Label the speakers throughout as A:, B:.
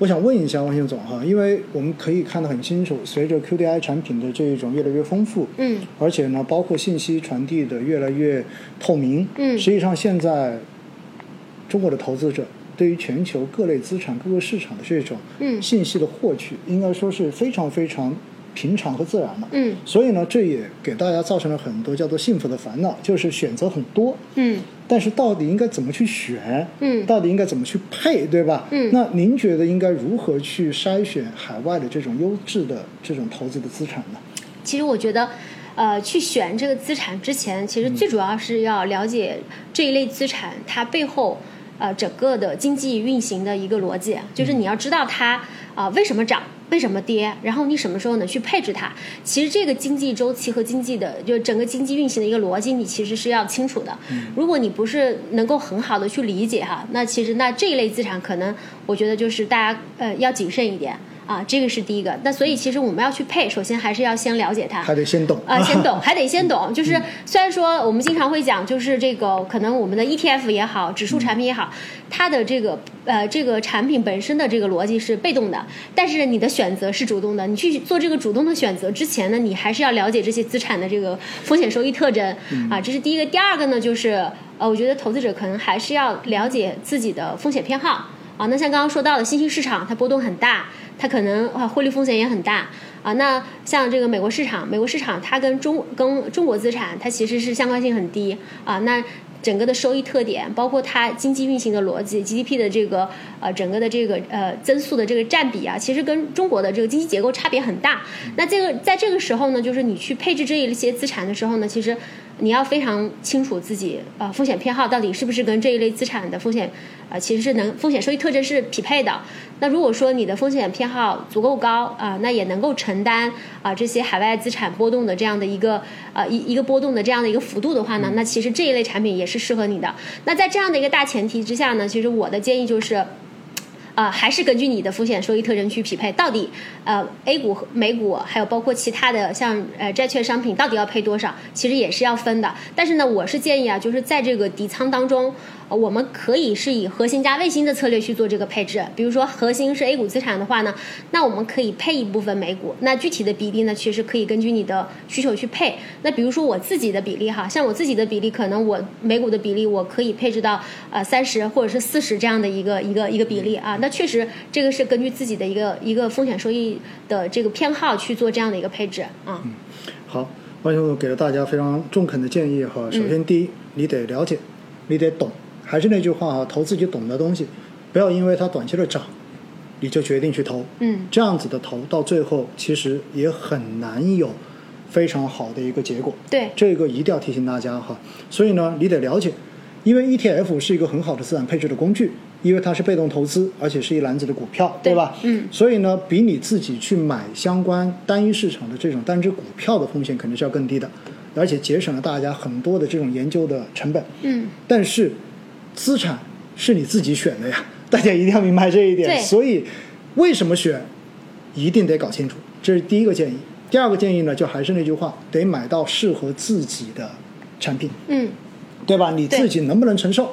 A: 我想问一下万秀总哈，因为我们可以看得很清楚，随着 QDI 产品的这种越来越丰富，
B: 嗯，
A: 而且呢，包括信息传递的越来越透明，
B: 嗯
A: 实际上现在中国的投资者对于全球各类资产、各个市场的这种
B: 嗯
A: 信息的获取，应该说是非常非常平常和自然的，
B: 嗯
A: 所以呢，这也给大家造成了很多叫做幸福的烦恼，就是选择很多，
B: 嗯
A: 但是到底应该怎么去选？
B: 嗯
A: 到底应该怎么去配，对吧？
B: 嗯
A: 那您觉得应该如何去筛选海外的这种优质的这种投资的资产呢？
B: 其实我觉得，呃，去选这个资产之前，其实最主要是要了解这一类资产它背后。呃，整个的经济运行的一个逻辑，就是你要知道它啊、呃为什么涨，为什么跌，然后你什么时候能去配置它。其实这个经济周期和经济的，就整个经济运行的一个逻辑，你其实是要清楚的。如果你不是能够很好的去理解哈，那其实那这一类资产可能，我觉得就是大家呃要谨慎一点啊，这个是第一个。那所以其实我们要去配，首先还是要先了解它，
A: 还得嗯先懂
B: 啊、先懂，还得先懂。就是虽然说我们经常会讲，就是这个可能我们的 ETF 也好，指数
A: 嗯
B: 产品也好，它的这个呃这个产品本身的这个逻辑是被动的，但是你的选择是主动的。你去做这个主动的选择之前呢，你还是要了解这些资产的这个风险收益特征
A: 嗯
B: 啊，这是第一个。第二个呢，就是呃，我觉得投资者可能还是要了解自己的风险偏好。啊，那像刚刚说到的新兴市场，它波动很大，它可能啊汇率风险也很大啊。那像这个美国市场，美国市场它跟中跟中国资产它其实是相关性很低啊。那整个的收益特点，包括它经济运行的逻辑，GDP 的这个呃整个的这个呃增速的这个占比啊，其实跟中国的这个经济结构差别很大。那这个在这个时候呢，就是你去配置这一些资产的时候呢，其实你要非常清楚自己呃风险偏好到底是不是跟这一类资产的风险呃其实是能风险收益特征是匹配的。那如果说你的风险偏好足够高啊、那也能够承担啊、这些海外资产波动的这样的一个呃一一个波动的这样的一个幅度的话呢，那其实这一类产品也是适合你的。那在这样的一个大前提之下呢，其实我的建议就是。呃，还是根据你的风险收益特征去匹配，到底呃 A 股、和美股，还有包括其他的像呃债券商品，到底要配多少，其实也是要分的。但是呢，我是建议啊，就是在这个底仓当中，呃我们可以是以核心加卫星的策略去做这个配置。比如说核心是 A 股资产的话呢，那我们可以配一部分美股，那具体的比例呢，其实可以根据你的需求去配。那比如说我自己的比例哈，像我自己的比例，可能我美股的比例我可以配置到呃三十或者是四十这样的一个一个一个比例啊。那确实这个是根据自己的一个一个风险收益的这个偏好去做这样的一个配置啊。
A: 好，万雄总给了大家非常中肯的建议
B: 嗯
A: 哈。首先，第一，你得了解，你得懂。还是那句话哈，投自己懂的东西，不要因为它短期的涨，你就决定去投。
B: 嗯
A: 这样子的投到最后，其实也很难有非常好的一个结果。
B: 对
A: 这个一定要提醒大家哈。所以呢，你得了解，因为 ETF 是一个很好的资产配置的工具，因为它是被动投资，而且是一篮子的股票，
B: 对
A: 吧？
B: 嗯
A: 所以呢，比你自己去买相关单一市场的这种单只股票的风险肯定是要更低的，而且节省了大家很多的这种研究的成本。
B: 嗯，
A: 但是资产是你自己选的呀， 大家一定要明白这一点。
B: 对
A: 所以为什么选，一定得搞清楚，这是第一个建议。第二个建议呢，就还是那句话，得买到适合自己的产品，
B: 嗯
A: 对吧？你自己能不能承受？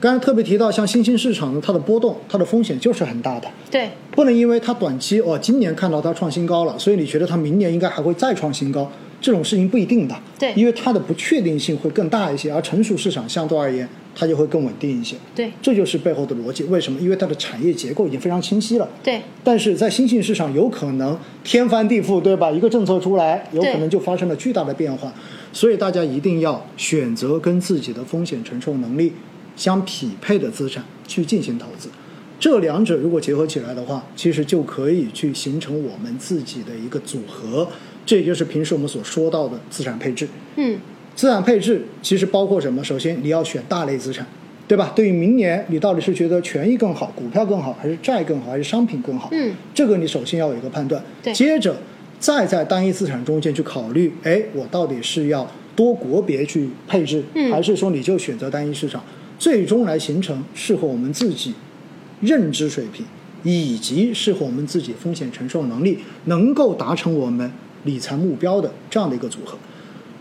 A: 刚才特别提到，像新兴市场呢，它的波动、它的风险就是很大的。
B: 对
A: 不能因为它短期哦，今年看到它创新高了，所以你觉得它明年应该还会再创新高，这种事情不一定的。
B: 对
A: 因为它的不确定性会更大一些，而成熟市场相对而言，它就会更稳定一些。
B: 对
A: 这就是背后的逻辑。为什么？因为它的产业结构已经非常清晰了。
B: 对
A: 但是在新兴市场有可能天翻地覆，对吧？一个政策出来，有可能就发生了巨大的变化，所以大家一定要选择跟自己的风险承受能力相匹配的资产去进行投资。这两者如果结合起来的话，其实就可以去形成我们自己的一个组合，这也就是平时我们所说到的资产配置。
B: 嗯
A: 资产配置其实包括什么？首先你要选大类资产，对吧？对于明年你到底是觉得权益更好、股票更好，还是债更好，还是商品更好？
B: 嗯，
A: 这个你首先要有一个判断。
B: 对
A: 接着再在单一资产中间去考虑，哎，我到底是要多国别去配置，
B: 嗯
A: 还是说你就选择单一市场，最终来形成适合我们自己认知水平，以及适合我们自己风险承受能力，能够达成我们理财目标的这样的一个组合。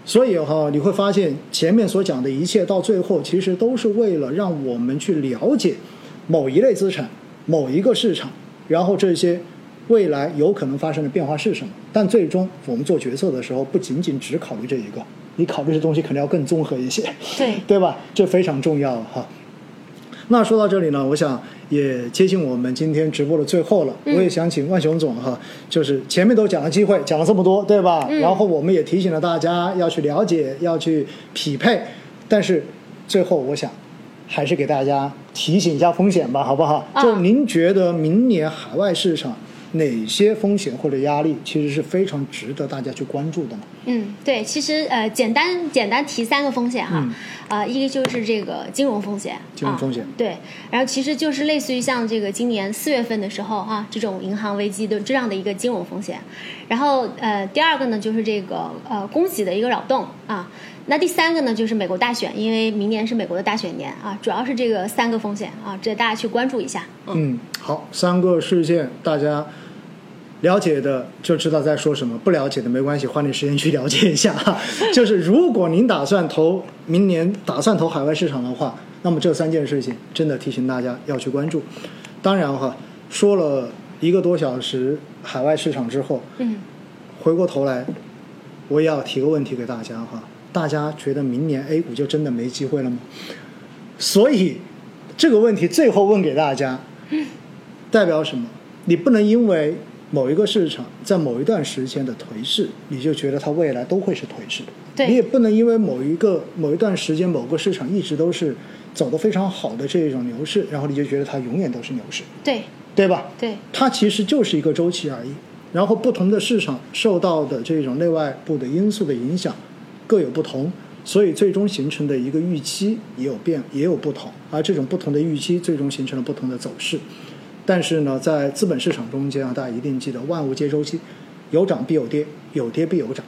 A: 所以哈、你会发现前面所讲的一切到最后，其实都是为了让我们去了解某一类资产、某一个市场、然后这些未来有可能发生的变化是什么。但最终我们做决策的时候，不仅仅只考虑这一个，你考虑的东西肯定要更综合一些，
B: 对
A: 对吧？这非常重要哈。那说到这里呢，我想也接近我们今天直播的最后了。
B: 嗯
A: 我也想请万雄总哈，就是前面都讲了机会，讲了这么多，对吧？
B: 嗯
A: 然后我们也提醒了大家要去了解，要去匹配。但是最后，我想还是给大家提醒一下风险吧，好不好？
B: 啊
A: 就您觉得明年海外市场哪些风险或者压力，其实是非常值得大家去关注的呢？
B: 嗯，对，其实呃，简单简单提三个风险哈，
A: 嗯
B: 呃，一个就是这个金融风险，
A: 金融风险
B: 啊对，然后其实就是类似于像这个今年四月份的时候啊，这种银行危机的这样的一个金融风险，然后呃，第二个呢就是这个呃供给的一个扰动啊，那第三个呢就是美国大选，因为明年是美国的大选年啊，主要是这个三个风险啊，这大家去关注一下，
A: 嗯，好，三个事件大家了解的就知道在说什么，不了解的没关系，花点时间去了解一下。 就是如果您打算投明年打算投海外市场的话，那么这三件事情真的提醒大家要去关注。当然哈，说了一个多小时海外市场之后，
B: 嗯
A: 回过头来，我也要提个问题给大家哈，大家觉得明年 A 股就真的没机会了吗？所以这个问题最后问给大家，代表什么？你不能因为某一个市场在某一段时间的颓势，你就觉得它未来都会是颓势。
B: 对
A: 你也不能因为某一个某一段时间某个市场一直都是走得非常好的这种牛市，然后你就觉得它永远都是牛市，
B: 对
A: 对吧？
B: 对
A: 它其实就是一个周期而已。然后不同的市场受到的这种内外部的因素的影响各有不同，所以最终形成的一个预期也有变也有不同，而这种不同的预期最终形成了不同的走势。但是呢，在资本市场中间啊，大家一定记得万物皆周期，有涨必有跌，有跌必有涨。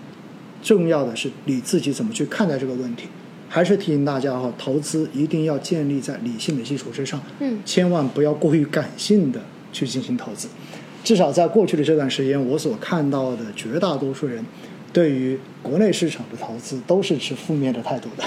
A: 重要的是你自己怎么去看待这个问题。还是提醒大家哈、投资一定要建立在理性的基础之上，
B: 嗯
A: 千万不要过于感性的去进行投资。至少在过去的这段时间，我所看到的绝大多数人对于国内市场的投资都是持负面的态度的。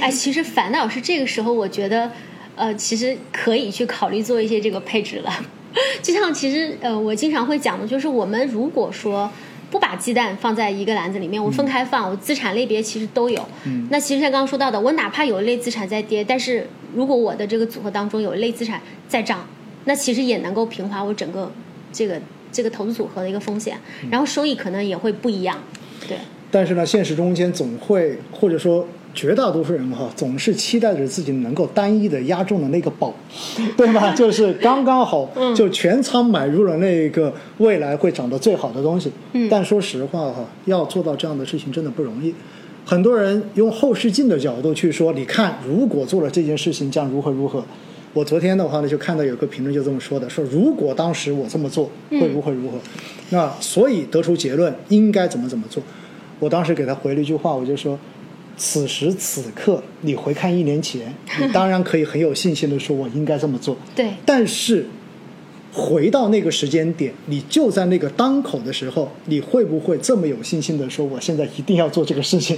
B: 哎，其实反倒是这个时候，我觉得，呃，其实可以去考虑做一些这个配置了。 就像其实呃，我经常会讲的，就是我们如果说不把鸡蛋放在一个篮子里面，我分开放，我资产类别其实都有。
A: 嗯
B: 那其实像刚刚说到的，我哪怕有一类资产在跌，但是如果我的这个组合当中有一类资产在涨，那其实也能够平滑我整个这个这个投资组合的一个风险，然后收益可能也会不一样。对，
A: 但是呢，现实中间总会或者说绝大多数人哈，总是期待着自己能够单一的压中了那个宝，对吧？就是刚刚好，就全仓买入了那个未来会涨得最好的东西。
B: 嗯
A: 但说实话哈，要做到这样的事情真的不容易。很多人用后视镜的角度去说，你看，如果做了这件事情，将如何如何。我昨天的话呢，就看到有个评论就这么说的，说如果当时我这么做，会如何如何。那所以得出结论应该怎么怎么做。我当时给他回了一句话，我就说：此时此刻，你回看一年前，你当然可以很有信心的说，我应该这么做。
B: 对，
A: 但是回到那个时间点，你就在那个当口的时候，你会不会这么有信心的说，我现在一定要做这个事情？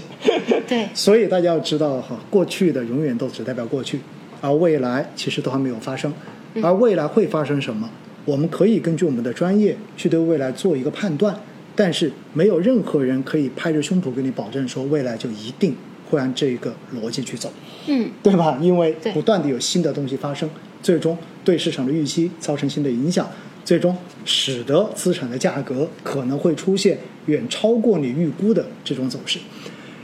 B: 对，
A: 所以大家要知道哈，过去的永远都只代表过去，而未来其实都还没有发生。
B: 嗯
A: 而未来会发生什么，我们可以根据我们的专业去对未来做一个判断，但是没有任何人可以拍着胸脯跟你保证说未来就一定会按这个逻辑去走。
B: 嗯，
A: 对吧？因为
B: 对
A: 不断的有新的东西发生，最终对市场的预期造成新的影响，最终使得资产的价格可能会出现远超过你预估的这种走势。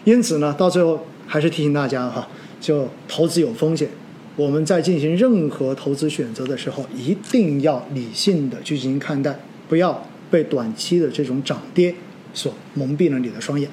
A: 因此呢，到最后还是提醒大家哈，就投资有风险。我们在进行任何投资选择的时候，一定要理性的去进行看待，不要被短期的这种涨跌所蒙蔽了你的双眼。